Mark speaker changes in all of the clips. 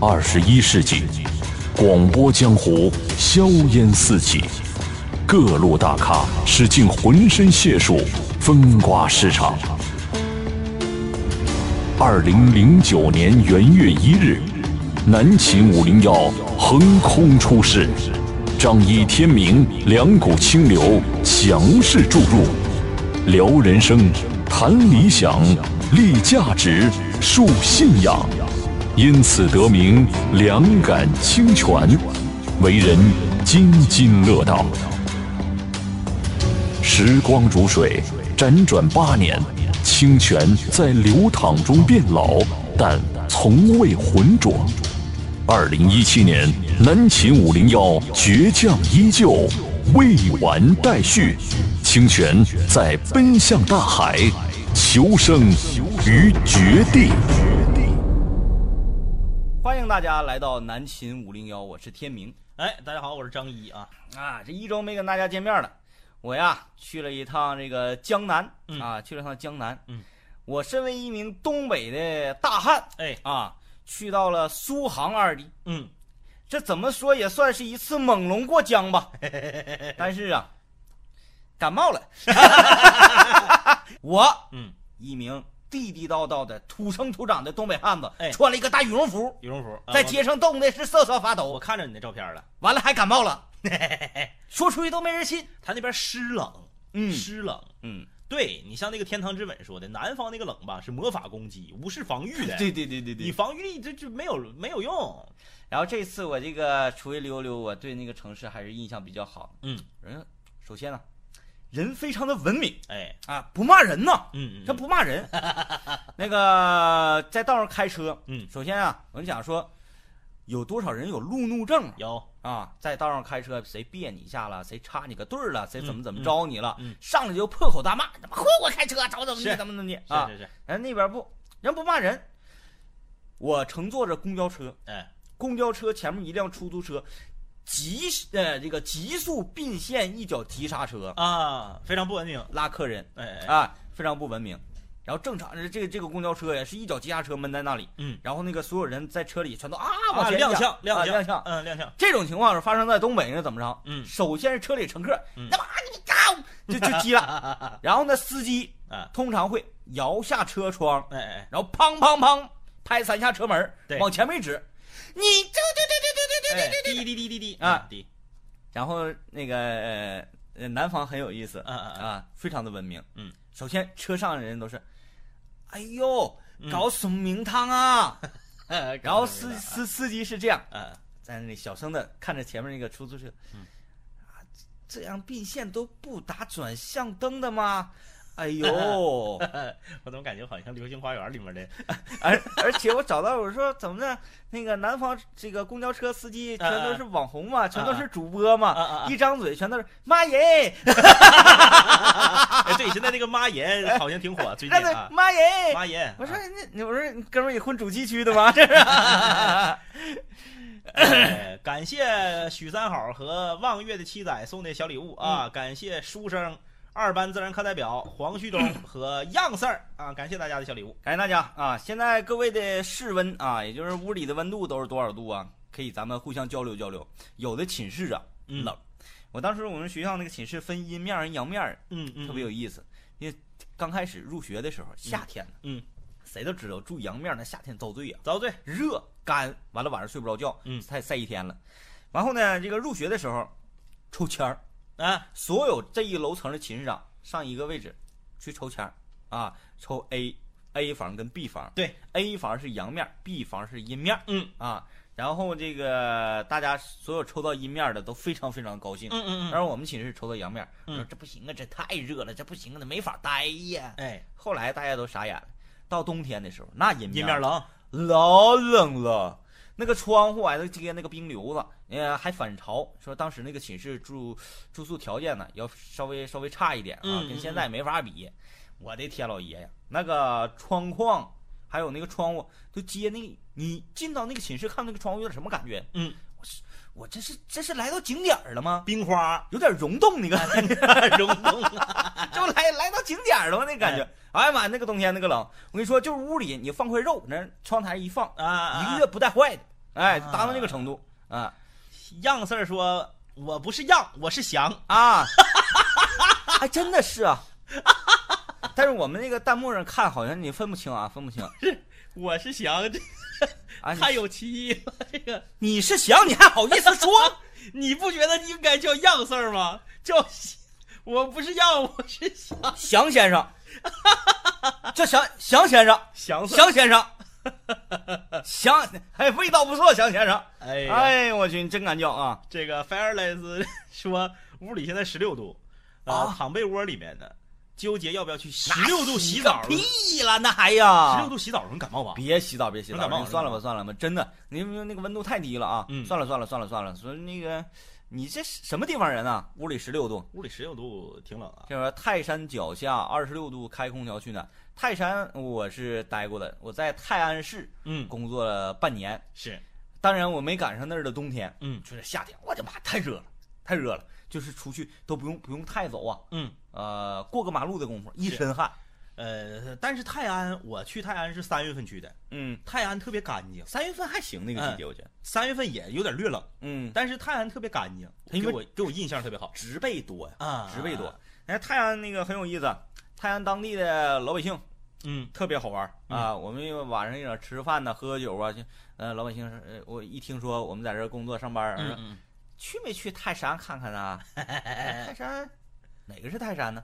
Speaker 1: 二十一世纪，广播江湖硝烟四起，各路大咖使尽浑身解数风刮市场。二零零九年元月一日，南秦五零幺横空出世，仗义天明，两股清流强势注入，聊人生，谈理想，立价值，树信仰。因此得名“两感清泉”，为人津津乐道。时光如水，辗转八年，清泉在流淌中变老，但从未浑浊。二零一七年，南秦五零幺倔强依旧，未完待续。清泉在奔向大海，求生于绝地。
Speaker 2: 欢迎大家来到南秦五零幺，我是天明
Speaker 3: 哎，大家好，我是张一啊。
Speaker 2: 啊，这一周没跟大家见面了，我呀去了一趟这个江南、
Speaker 3: 嗯
Speaker 2: 啊，去了趟江南。
Speaker 3: 嗯，
Speaker 2: 我身为一名东北的大汉
Speaker 3: 哎，
Speaker 2: 啊，去到了苏杭二地，
Speaker 3: 嗯，
Speaker 2: 这怎么说也算是一次猛龙过江 吧。但是啊，感冒了，我
Speaker 3: 嗯，
Speaker 2: 一名地地道道的土生土长的东北汉子，
Speaker 3: 哎
Speaker 2: 穿了一个大羽绒服，
Speaker 3: 羽绒服啊
Speaker 2: 在街上冻的是瑟瑟发抖
Speaker 3: 我，我看着你的照片了，
Speaker 2: 完了还感冒了，说出去都没人信。
Speaker 3: 他那边湿冷，
Speaker 2: 嗯
Speaker 3: 湿冷。
Speaker 2: 嗯，
Speaker 3: 对你像那个《天堂之吻》说的，南方那个冷吧是魔法攻击，无视防御 的。
Speaker 2: 对对对对
Speaker 3: 你
Speaker 2: 对。
Speaker 3: 防御力这就没有没有用。
Speaker 2: 然后这次我这个出去溜溜，我对那个城市还是印象比较好。
Speaker 3: 嗯，
Speaker 2: 人首先呢、人非常的文明
Speaker 3: 哎，
Speaker 2: 啊，不骂人呐，
Speaker 3: 嗯嗯，
Speaker 2: 他不骂人。那个在道上开车，
Speaker 3: 嗯
Speaker 2: 首先啊，我跟你讲说，有多少人有路怒症啊
Speaker 3: 嗯有，
Speaker 2: 啊？在道上开车，谁别你一下了，谁插你个队儿了，谁怎么
Speaker 3: 嗯
Speaker 2: 怎么
Speaker 3: 嗯
Speaker 2: 着你了，
Speaker 3: 嗯
Speaker 2: 上来就破口大骂，你他妈混我开车，怎么怎么地，
Speaker 3: 是
Speaker 2: 怎么怎么地啊
Speaker 3: 是？是是，
Speaker 2: 人那边不，人不骂人。我乘坐着公交车，
Speaker 3: 哎，
Speaker 2: 公交车前面一辆出租车，急呃这个急速并线，一脚急刹车，
Speaker 3: 啊，非常不文明。
Speaker 2: 拉客人
Speaker 3: 哎哎，哎
Speaker 2: 啊，非常不文明。然后正常呃这个这个公交车呀，是一脚急刹车闷在那里，
Speaker 3: 嗯，
Speaker 2: 然后那个所有人在车里全都啊往
Speaker 3: 啊，
Speaker 2: 前
Speaker 3: 踉
Speaker 2: 一下
Speaker 3: 跄，踉
Speaker 2: 啊
Speaker 3: 跄，
Speaker 2: 踉跄。
Speaker 3: 嗯，踉跄。
Speaker 2: 这种情况是发生在东北呢，怎么着？
Speaker 3: 嗯
Speaker 2: 首先是车里乘客，
Speaker 3: 嗯
Speaker 2: 那么你搞就就急了， 然后呢，司机
Speaker 3: 啊，
Speaker 2: 通常会摇下车窗，
Speaker 3: 哎哎，
Speaker 2: 然后砰砰砰拍三下车门儿，
Speaker 3: 对
Speaker 2: 往前面一指，你这这这这这这这
Speaker 3: 哎
Speaker 2: 这，
Speaker 3: 滴滴滴滴滴
Speaker 2: 啊
Speaker 3: 滴，
Speaker 2: 然后那个呃呃南方很有意思
Speaker 3: 嗯嗯嗯
Speaker 2: 啊，非常的文明。
Speaker 3: 嗯，
Speaker 2: 首先车上的人都是，哎呦，
Speaker 3: 嗯
Speaker 2: 搞什么名堂啊？ 然后司
Speaker 3: 是，
Speaker 2: 司司机是这样
Speaker 3: 嗯，
Speaker 2: 在那里小声的看着前面那个出租车，
Speaker 3: 嗯，
Speaker 2: 啊，这样并线都不打转向灯的吗？哎呦
Speaker 3: 我怎么感觉好像《流星花园》里面的
Speaker 2: 而而且我找到我说怎么的，那个南方这个公交车司机全都是
Speaker 3: 嗯
Speaker 2: 网红嘛，全都是主播嘛，
Speaker 3: 啊啊啊
Speaker 2: 一张嘴全都是妈耶，
Speaker 3: 哎，对，现在那个妈爷好像挺火，最近
Speaker 2: 哎对
Speaker 3: 啊，
Speaker 2: 妈耶。哎
Speaker 3: 妈嗯爷，
Speaker 2: 我说那你我说你哥们儿你混主机区的吗？这 是
Speaker 3: 哎感谢许三好和望月的七仔送的小礼物
Speaker 2: 嗯
Speaker 3: 啊，感谢书生二班自然课代表黄旭东和样 Sir 啊，感谢大家的小礼物。
Speaker 2: 感谢大家啊！现在各位的室温啊，也就是屋里的温度都是多少度啊？可以咱们互相交流交流。有的寝室啊
Speaker 3: 嗯
Speaker 2: 冷，我当时我们学校那个寝室分阴面儿、阳面儿，
Speaker 3: 嗯嗯，
Speaker 2: 特别有意思。因为刚开始入学的时候，夏天呢，
Speaker 3: 嗯，
Speaker 2: 谁都知道住阳面儿那夏天遭罪呀、啊
Speaker 3: 遭罪，
Speaker 2: 热干，完了晚上睡不着觉，
Speaker 3: 嗯
Speaker 2: 晒晒一天了。然后呢，这个入学的时候，抽签儿，
Speaker 3: 啊，
Speaker 2: 所有这一楼层的寝室长上一个位置去抽签儿啊，抽 A A 房跟 B 房，
Speaker 3: 对
Speaker 2: ，A 房是阳面儿，B 房是阴面儿
Speaker 3: 嗯
Speaker 2: 啊。然后这个大家所有抽到阴面儿的都非常非常高兴，
Speaker 3: 嗯嗯
Speaker 2: 然后我们寝室抽到阳面儿，
Speaker 3: 嗯
Speaker 2: 说这不行啊，这太热了，这不行啊，那没法待呀。
Speaker 3: 哎，
Speaker 2: 后来大家都傻眼了，到冬天的时候，那阴
Speaker 3: 阴
Speaker 2: 面
Speaker 3: 嗯面
Speaker 2: 冷，
Speaker 3: 冷，
Speaker 2: 老冷了，那个窗户还能接那个冰溜子，呃，还反潮。说当时那个寝室住住宿条件呢，要稍微稍微差一点啊，
Speaker 3: 嗯
Speaker 2: 跟
Speaker 3: 嗯
Speaker 2: 现在没法比。我的天老爷呀，那个窗框还有那个窗户都接那个，你进到那个寝室看那个窗户有点什么感觉？
Speaker 3: 嗯，
Speaker 2: 我这是这是来到景点儿了吗？
Speaker 3: 冰 花
Speaker 2: 有点溶洞那个感觉。
Speaker 3: 溶洞啊，
Speaker 2: 这不来来到景点儿了吗？那感觉，哎呀妈，呀，那个冬天那个冷，我跟你说，就是屋里你放块肉，那窗台一放，
Speaker 3: 啊
Speaker 2: 一
Speaker 3: 啊
Speaker 2: 个月不带坏的。哎，达到那个程度啊
Speaker 3: 样事儿说，我不是样，我是翔。
Speaker 2: 啊， 哎，真的是啊。但是我们那个弹幕上看，好像你分不清啊，分不清
Speaker 3: 我是翔，这
Speaker 2: 啊。
Speaker 3: 太有歧义了。这个
Speaker 2: 你你是想，你还好意 思说？
Speaker 3: 你不觉得应该叫样事儿吗？叫我不是样，我是翔。
Speaker 2: 祥先生，这祥祥先生，
Speaker 3: 翔
Speaker 2: 祥先生，祥哎，味道不错，祥先生。
Speaker 3: 哎呀
Speaker 2: 哎，我去，你真敢叫啊！
Speaker 3: 这个 Fireless 说屋里现在十六度，
Speaker 2: 啊
Speaker 3: 躺被窝里面的，纠结要不要去十六度洗啊澡
Speaker 2: 那。屁了，那还呀！
Speaker 3: 十六度洗澡容易感冒吧？
Speaker 2: 别洗澡，别洗澡，
Speaker 3: 能感冒
Speaker 2: 你
Speaker 3: 是吧
Speaker 2: 算了吧，算了吧，真的，你那个温度太低了啊！
Speaker 3: 嗯
Speaker 2: 算了算了算了算了，说那个你这是什么地方人啊？屋里十六度，
Speaker 3: 屋里十六度挺冷啊。
Speaker 2: 这边泰山脚下二十六度，开空调去哪？泰山我是待过的，我在泰安市
Speaker 3: 嗯，
Speaker 2: 工作了半年，
Speaker 3: 是，
Speaker 2: 当然我没赶上那儿的冬天，
Speaker 3: 嗯
Speaker 2: 就是夏天，我的妈，太热了，太热了，就是出去都不用不用太走啊，
Speaker 3: 嗯，
Speaker 2: 呃，过个马路的功夫一
Speaker 3: 是
Speaker 2: 身汗，
Speaker 3: 呃，但是泰安，我去泰安是三月份去的，
Speaker 2: 嗯，
Speaker 3: 泰安特别干净，
Speaker 2: 三月份还行那个
Speaker 3: 嗯
Speaker 2: 季节，我觉得，
Speaker 3: 三月份也有点略冷，
Speaker 2: 嗯，
Speaker 3: 但是泰安特别干净，
Speaker 2: 它因
Speaker 3: 给
Speaker 2: 为
Speaker 3: 我给我印象特别好
Speaker 2: 植被多呀。
Speaker 3: 啊
Speaker 2: 植被多。哎，泰安那个很有意思，泰安当地的老百姓
Speaker 3: 嗯
Speaker 2: 特别好玩儿啊。我们晚上一整吃饭呢，喝酒啊，就呃，老百姓是呃，我一听说我们在这儿工作上班儿，
Speaker 3: 嗯
Speaker 2: 说
Speaker 3: 嗯，
Speaker 2: 去没去泰山看看 呢？哎泰山哪个是泰山呢？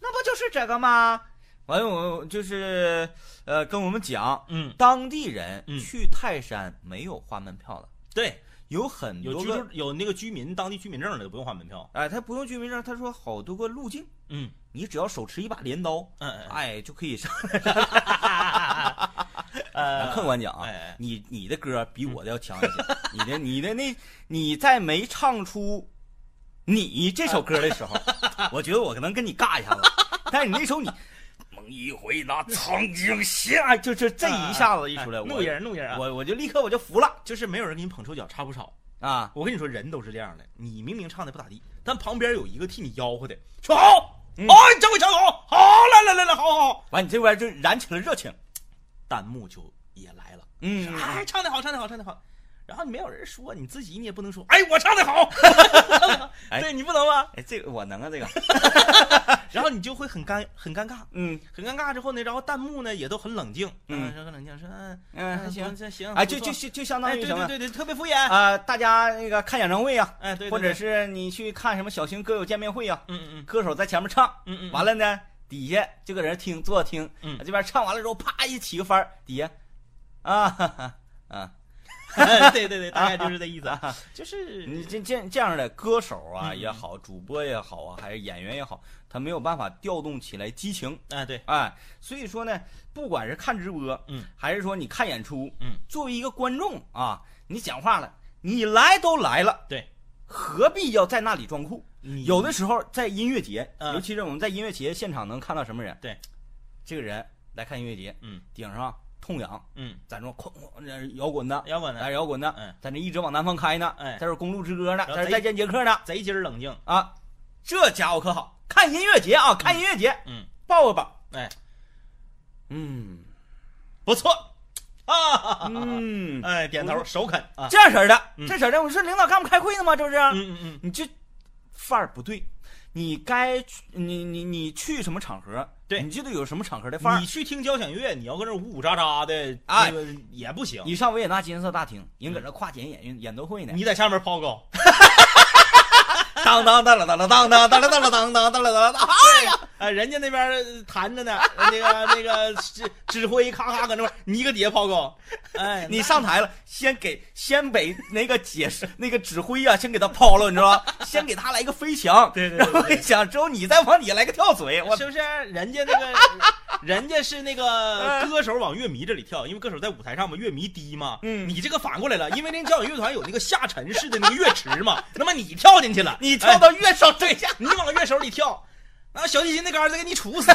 Speaker 2: 那不就是这个吗？完了，我就是呃，跟我们讲，
Speaker 3: 嗯，
Speaker 2: 当地人
Speaker 3: 嗯
Speaker 2: 去泰山没有花门票的，
Speaker 3: 对，
Speaker 2: 有很
Speaker 3: 有
Speaker 2: 多
Speaker 3: 居
Speaker 2: 个
Speaker 3: 住有那个居民当地居民证的都不用换门票。
Speaker 2: 哎，他不用居民证，他说好多个路径，
Speaker 3: 嗯
Speaker 2: 你只要手持一把镰刀，
Speaker 3: 嗯嗯
Speaker 2: 哎，就可以 上。咱
Speaker 3: 呃，
Speaker 2: 客观讲啊，
Speaker 3: 哎嗯哎
Speaker 2: 你你的歌比我的要强一些，你的你的那你在没唱出你这首歌的时 候，我觉得我可能跟你尬一下子，但是你那首你梦一回那曾经下，就这这一下子一出来，
Speaker 3: 哎
Speaker 2: 我
Speaker 3: 怒音儿怒音嗯儿啊！
Speaker 2: 我我就立刻我就服了
Speaker 3: 就是没有人给你捧臭脚，差不少。
Speaker 2: 啊！
Speaker 3: 我跟你说，人都是这样的，你明明唱的不咋地，但旁边有一个替你吆喝的，说好，好，你掌柜唱好，好，来来来来，好好好，
Speaker 2: 嗯完你这边就燃起了热情，
Speaker 3: 弹幕就也来了，
Speaker 2: 嗯，
Speaker 3: 哎，唱的好，唱的好，唱的好。然后没有人说，你自己你也不能说，哎，我唱的 好，
Speaker 2: 哎
Speaker 3: 对你不能吧？
Speaker 2: 哎，这个我能啊，这 个，哎
Speaker 3: 然后你就会很尴很尴尬，
Speaker 2: 嗯
Speaker 3: 很尴尬。之后呢，然后弹幕呢也都很冷静，
Speaker 2: 嗯
Speaker 3: 很冷静，说嗯
Speaker 2: 嗯，还
Speaker 3: 不
Speaker 2: 行，
Speaker 3: 这行，
Speaker 2: 哎，
Speaker 3: 不
Speaker 2: 就
Speaker 3: 错
Speaker 2: 就就就相
Speaker 3: 哎
Speaker 2: 当于
Speaker 3: 对
Speaker 2: 什么
Speaker 3: 对对对，特别敷衍，
Speaker 2: 啊？大家那个看演唱会啊，
Speaker 3: 哎对，对
Speaker 2: 或者
Speaker 3: 对
Speaker 2: 是你去看什么小型歌友见面会啊，
Speaker 3: 嗯嗯嗯
Speaker 2: 歌手在前面唱，
Speaker 3: 嗯 嗯，
Speaker 2: 完
Speaker 3: 了，
Speaker 2: 了呢，底下就搁这听坐着听，
Speaker 3: 嗯
Speaker 2: 这边唱完了之后，啪一起个翻儿，底下啊 哈哈啊，
Speaker 3: 对对对，大概就是这意思，啊，就 是
Speaker 2: 你这这这样的歌手啊
Speaker 3: 嗯
Speaker 2: 也好，主播也好啊，还是演员也好，他没有办法调动起来激情，
Speaker 3: 啊对，
Speaker 2: 哎，所以说呢，不管是看直播，
Speaker 3: 嗯，
Speaker 2: 还是说你看演出，
Speaker 3: 嗯，
Speaker 2: 作为一个观众啊，你讲话了，你来都来了，
Speaker 3: 对，
Speaker 2: 何必要在那里装酷？
Speaker 3: 你
Speaker 2: 有的时候在音乐节，
Speaker 3: 嗯
Speaker 2: 尤其是我们在音乐节现场能看到什么人？
Speaker 3: 对，
Speaker 2: 这个人来看音乐节，
Speaker 3: 嗯
Speaker 2: 顶上痛痒，
Speaker 3: 嗯，
Speaker 2: 在那哐哐摇滚呢，
Speaker 3: 摇滚
Speaker 2: 来
Speaker 3: 呢，
Speaker 2: 摇滚呢，
Speaker 3: 嗯
Speaker 2: 在那一直往南方开呢，
Speaker 3: 哎
Speaker 2: 在这公路之歌呢，
Speaker 3: 然后
Speaker 2: 在这
Speaker 3: 贼
Speaker 2: 再见杰克呢，
Speaker 3: 贼鸡儿冷静，
Speaker 2: 啊，这家伙可好，看音乐节啊，看音乐节，
Speaker 3: 嗯，
Speaker 2: 抱个膀，
Speaker 3: 哎，
Speaker 2: 嗯
Speaker 3: 不错啊，
Speaker 2: 嗯，
Speaker 3: 哎，点头首肯啊，
Speaker 2: 这式儿的，
Speaker 3: 嗯
Speaker 2: 这式儿的，我说领导干部开会呢吗？这不是，
Speaker 3: 嗯嗯
Speaker 2: 你这范儿不对，你该去你你你去什么场合，
Speaker 3: 对
Speaker 2: 你就得有什么场合的范
Speaker 3: 嗯，
Speaker 2: 儿
Speaker 3: 你。去听交响乐，你要跟这呜呜喳喳的，
Speaker 2: 哎
Speaker 3: 那个也不行，
Speaker 2: 你上维也纳金色大厅，人搁这跨年演演奏会呢，
Speaker 3: 你在下面抛高，
Speaker 2: 当当当当当当当当当当当当当当当，
Speaker 3: 啊，人家那边弹着呢，那个那个指指挥咔咔搁那块，你搁底下抛高，哎，
Speaker 2: 你上台了，先给先给那个解释那个指挥啊，先给他抛了，你知道吧？先给他来个飞翔，
Speaker 3: 对对对
Speaker 2: 然后飞翔之后你再往底下来个跳水，我
Speaker 3: 是不是？人家 那个，人家是那个歌手往乐迷这里跳，因为歌手在舞台上嘛，乐迷低嘛。
Speaker 2: 嗯
Speaker 3: 你这个反过来了，因为那个交响乐团有那个下沉式的那个乐池嘛，那 么你跳进去了，
Speaker 2: 你跳
Speaker 3: 哎
Speaker 2: 到乐手底下，
Speaker 3: 你往乐手里跳，然后小提琴那杆儿再给你杵 死。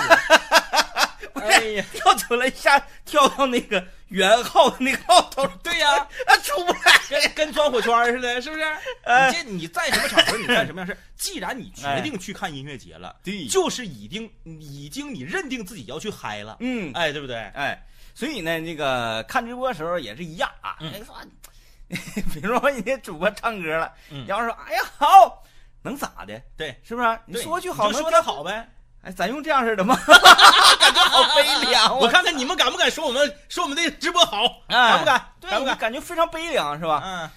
Speaker 3: 哎呀，
Speaker 2: 跳出来一下，跳到那个圆号的那个号头，
Speaker 3: 对呀、
Speaker 2: 啊出不来。
Speaker 3: 跟跟钻火圈儿似的，是不是？
Speaker 2: 哎
Speaker 3: 你这你在什么场合，你干什么样事儿？ 既然你决定去看音乐节了，
Speaker 2: 对
Speaker 3: 就是已经已经你认定自己要去嗨了，
Speaker 2: 嗯，
Speaker 3: 哎，对不对？
Speaker 2: 哎，所以呢，那个看直播的时候也是一样啊。
Speaker 3: 嗯
Speaker 2: 哎说 比如说人家主播唱歌了，
Speaker 3: 嗯
Speaker 2: 然后说哎呀好，能咋的？
Speaker 3: 对，
Speaker 2: 是不是？你
Speaker 3: 对
Speaker 2: 说句
Speaker 3: 你
Speaker 2: 好，
Speaker 3: 就
Speaker 2: 能
Speaker 3: 说
Speaker 2: 听
Speaker 3: 的好呗。
Speaker 2: 哎，咱用这样式 的吗？感觉好悲凉，
Speaker 3: 我看看你们敢不敢说我们说我们的直播好，
Speaker 2: 哦哎
Speaker 3: 敢不敢？
Speaker 2: 对
Speaker 3: 敢不
Speaker 2: 你
Speaker 3: 敢？
Speaker 2: 感觉非常悲凉，是吧？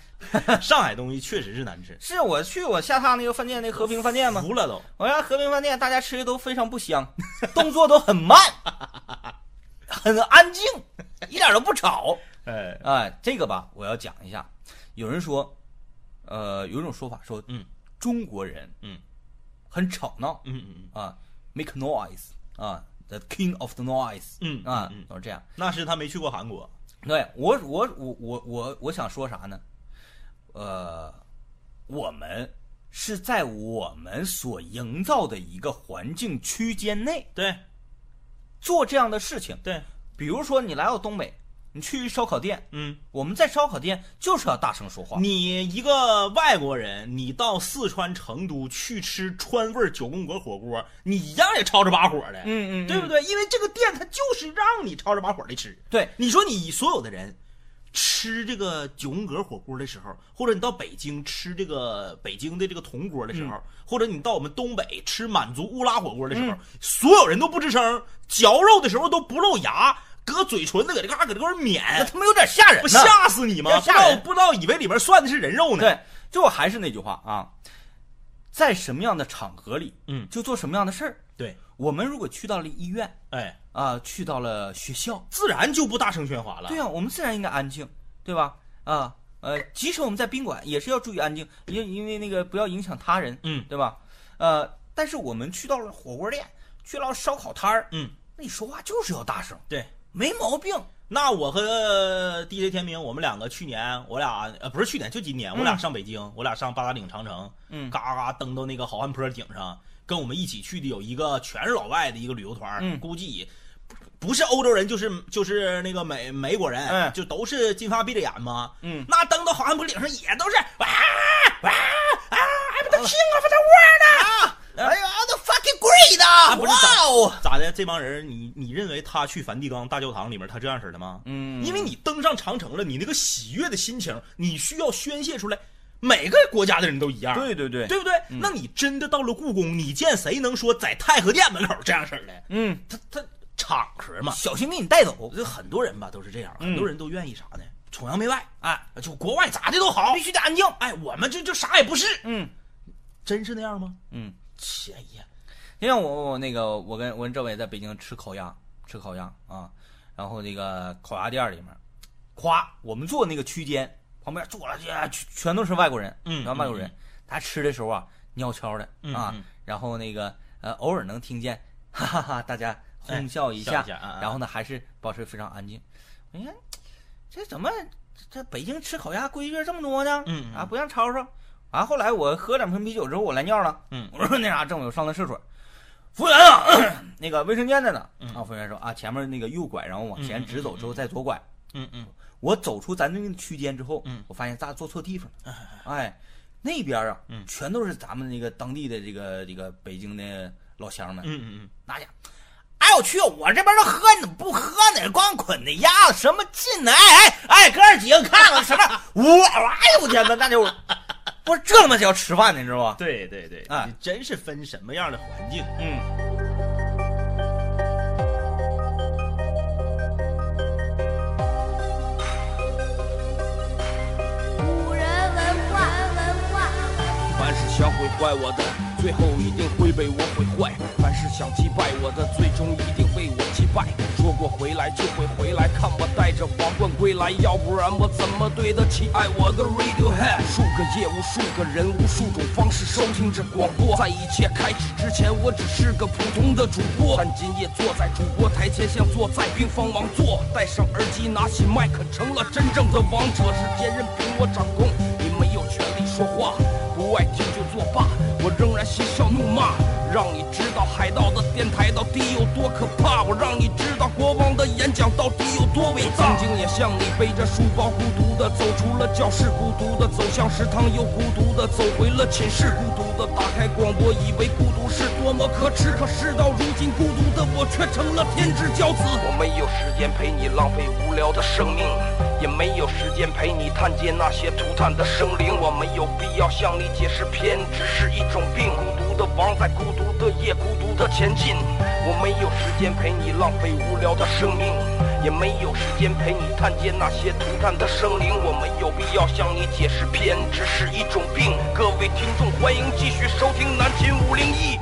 Speaker 3: 嗯，上海东西确实是难吃，
Speaker 2: 是我去我下榻那个饭店，那和平饭店嘛，
Speaker 3: 服了都。
Speaker 2: 我家和平饭店大家吃的都非常不香，动作都很慢， 很安静，一点都不吵。
Speaker 3: 哎，
Speaker 2: 哎，这个吧，我要讲一下。有人说，呃，有一种说法说，
Speaker 3: 嗯，
Speaker 2: 中国人，
Speaker 3: 嗯，
Speaker 2: 很吵闹
Speaker 3: 嗯嗯
Speaker 2: 啊，make noise 啊，the king of the noise
Speaker 3: 嗯嗯
Speaker 2: 啊
Speaker 3: 嗯，
Speaker 2: 都是这样。
Speaker 3: 那是他没去过韩国。
Speaker 2: 对我，我，我，我，我，我想说啥呢？呃，我们是在我们所营造的一个环境区间内
Speaker 3: 对
Speaker 2: 做这样的事情。
Speaker 3: 对，
Speaker 2: 比如说，你来到东北，你去烧烤店，
Speaker 3: 嗯，
Speaker 2: 我们在烧烤店就是要大声说话。
Speaker 3: 你一个外国人，你到四川成都去吃川味儿九宫格火锅，你一样也吵着把火的，
Speaker 2: 嗯嗯嗯
Speaker 3: 对不对？因为这个店它就是让你吵着把火的吃。
Speaker 2: 对，
Speaker 3: 你说你所有的人吃这个九宫格火锅的时候，或者你到北京吃这个北京的这个铜锅的时
Speaker 2: 嗯
Speaker 3: 候，或者你到我们东北吃满族乌拉火锅的时候，所有人都不吱声，嚼肉的时候都不露牙，搁嘴唇子搁这嘎搁这块儿抿，
Speaker 2: 那他妈有点吓人
Speaker 3: 不
Speaker 2: 呢。
Speaker 3: 吓死你吗？
Speaker 2: 要
Speaker 3: 不知
Speaker 2: 吓
Speaker 3: 道
Speaker 2: 人
Speaker 3: 不知道以为里边涮的是人肉呢。
Speaker 2: 对，就我还是那句话啊，在什么样的场合里，
Speaker 3: 嗯
Speaker 2: 就做什么样的事儿。
Speaker 3: 对，
Speaker 2: 我们如果去到了医院
Speaker 3: 哎，
Speaker 2: 啊、去到了学校，
Speaker 3: 自然就不大声喧哗了。
Speaker 2: 对啊，我们自然应该安静，对吧？啊，呃，即使我们在宾馆，也是要注意安静，因因为那个不要影响他人，
Speaker 3: 嗯
Speaker 2: 对吧？呃，但是我们去到了火锅店，去到烧烤摊儿，
Speaker 3: 嗯，
Speaker 2: 那你说话就是要大声，
Speaker 3: 对。
Speaker 2: 没毛病。
Speaker 3: 那我和 DJ 天明，我们两个去年，我俩呃不是去年，就今年，我俩上北京，我俩上八达岭长城，
Speaker 2: 嗯
Speaker 3: 嘎嘎登到那个好汉坡顶上，跟我们一起去的有一个全是老外的一个旅游团，
Speaker 2: 嗯
Speaker 3: 估计不不是欧洲人，就是就是那个美美国人，
Speaker 2: 嗯
Speaker 3: 就都是金发碧着眼嘛，
Speaker 2: 嗯
Speaker 3: 那登到好汉坡顶上也都是哇哇啊，I'm the king of the world 啊。
Speaker 2: 哎呀，the fucking great
Speaker 3: 不是
Speaker 2: 哇哦！
Speaker 3: 咋的？这帮人，你你认为他去梵蒂冈大教堂里面他这样式的吗？
Speaker 2: 嗯
Speaker 3: 因为你登上长城了，你那个喜悦的心情，你需要宣泄出来。每个国家的人都一样，
Speaker 2: 对对嗯对
Speaker 3: 对不对？那你真的到了故宫，你见谁能说在太和殿门口这样式儿的？
Speaker 2: 嗯，
Speaker 3: 他他场合嘛，
Speaker 2: 小心给你带走，
Speaker 3: 这很多人吧都是这样，
Speaker 2: 嗯
Speaker 3: 很多人都愿意啥呢？崇洋媚外，
Speaker 2: 哎，
Speaker 3: 就国外咋的都好
Speaker 2: 必，须得安静。
Speaker 3: 哎，我们就就啥也不是，
Speaker 2: 嗯
Speaker 3: 真是那样吗？
Speaker 2: 嗯，
Speaker 3: 切呀，
Speaker 2: 就像我我那个我跟我跟政委在北京吃烤鸭，吃烤鸭啊，然后那个烤鸭店里面，夸我们坐那个区间旁边坐了这全全都是外国人，
Speaker 3: 嗯
Speaker 2: 然后外国人，他吃的时候啊尿悄的
Speaker 3: 嗯
Speaker 2: 啊
Speaker 3: 嗯，
Speaker 2: 然后那个呃偶尔能听见，哈哈哈，大家哄笑一
Speaker 3: 哎笑
Speaker 2: 下
Speaker 3: 一下啊啊，
Speaker 2: 然后呢还是保持非常安静。哎呀，这怎么这北京吃烤鸭规矩这么多呢？
Speaker 3: 嗯嗯
Speaker 2: 啊，不让吵吵。啊，后来我喝两瓶啤酒之后，我来尿了。
Speaker 3: 嗯
Speaker 2: 我说那啥，正我上趟厕所，服务员啊， 咳咳那个卫生间在哪？啊，服务员说啊，前面那个右拐，然后往前直走之后再左拐。
Speaker 3: 嗯嗯嗯，
Speaker 2: 我走出咱那个区间之后，
Speaker 3: 嗯
Speaker 2: 我发现咱俩坐错地方了。哎，那边啊，
Speaker 3: 嗯
Speaker 2: 全都是咱们那个当地的这个这个北京的老乡们，
Speaker 3: 嗯嗯嗯，
Speaker 2: 那家。哎我去，我这边都喝你怎么不喝呢？光捆的鸭子什么劲呢？哎哎哎，哥几个看看什么？我哎呦我天哪，那就不是这他妈叫吃饭呢，你知道吧？
Speaker 3: 对对对，
Speaker 2: 哎
Speaker 3: 你真是分什么样的环境。
Speaker 2: 嗯。
Speaker 4: 古人文化，文化。
Speaker 5: 凡是想毁坏我的，最后一定会被我毁坏；凡是想击败我的，最终一定被我击败。说过回来就会回来，看我带着皇冠归来，要不然我怎么对得起爱我的 Radiohead？数个夜，无数个人，无数种方式收听着广播。在一切开始之前，我只是个普通的主播，但今夜坐在主播台前，像坐在冰封王座。戴上耳机，拿起麦克，成了真正的王者。世界任凭我掌控，你没有权利说话。不爱听就作罢，我仍然嬉笑怒骂，让你知道海盗的电台到底有多可怕，我让你知道国王的演讲到底有多伟大。曾经也像你背着书包孤独的走出了教室，孤独的走向食堂，又孤独的走回了寝室，孤独的打开广播，以为孤独是多么可耻，可事到如今，孤独的我却成了天之骄子。我没有时间陪你浪费无聊的生命。也没有时间陪你探街那些涂炭的生灵。我没有必要向你解释偏执是一种病，孤独的王在孤独的夜，孤独的前进。我没有时间陪你浪费无聊的生命，也没有时间陪你探街那些涂炭的生灵。我没有必要向你解释偏执是一种病。各位听众，欢迎继续收听南秦五零一。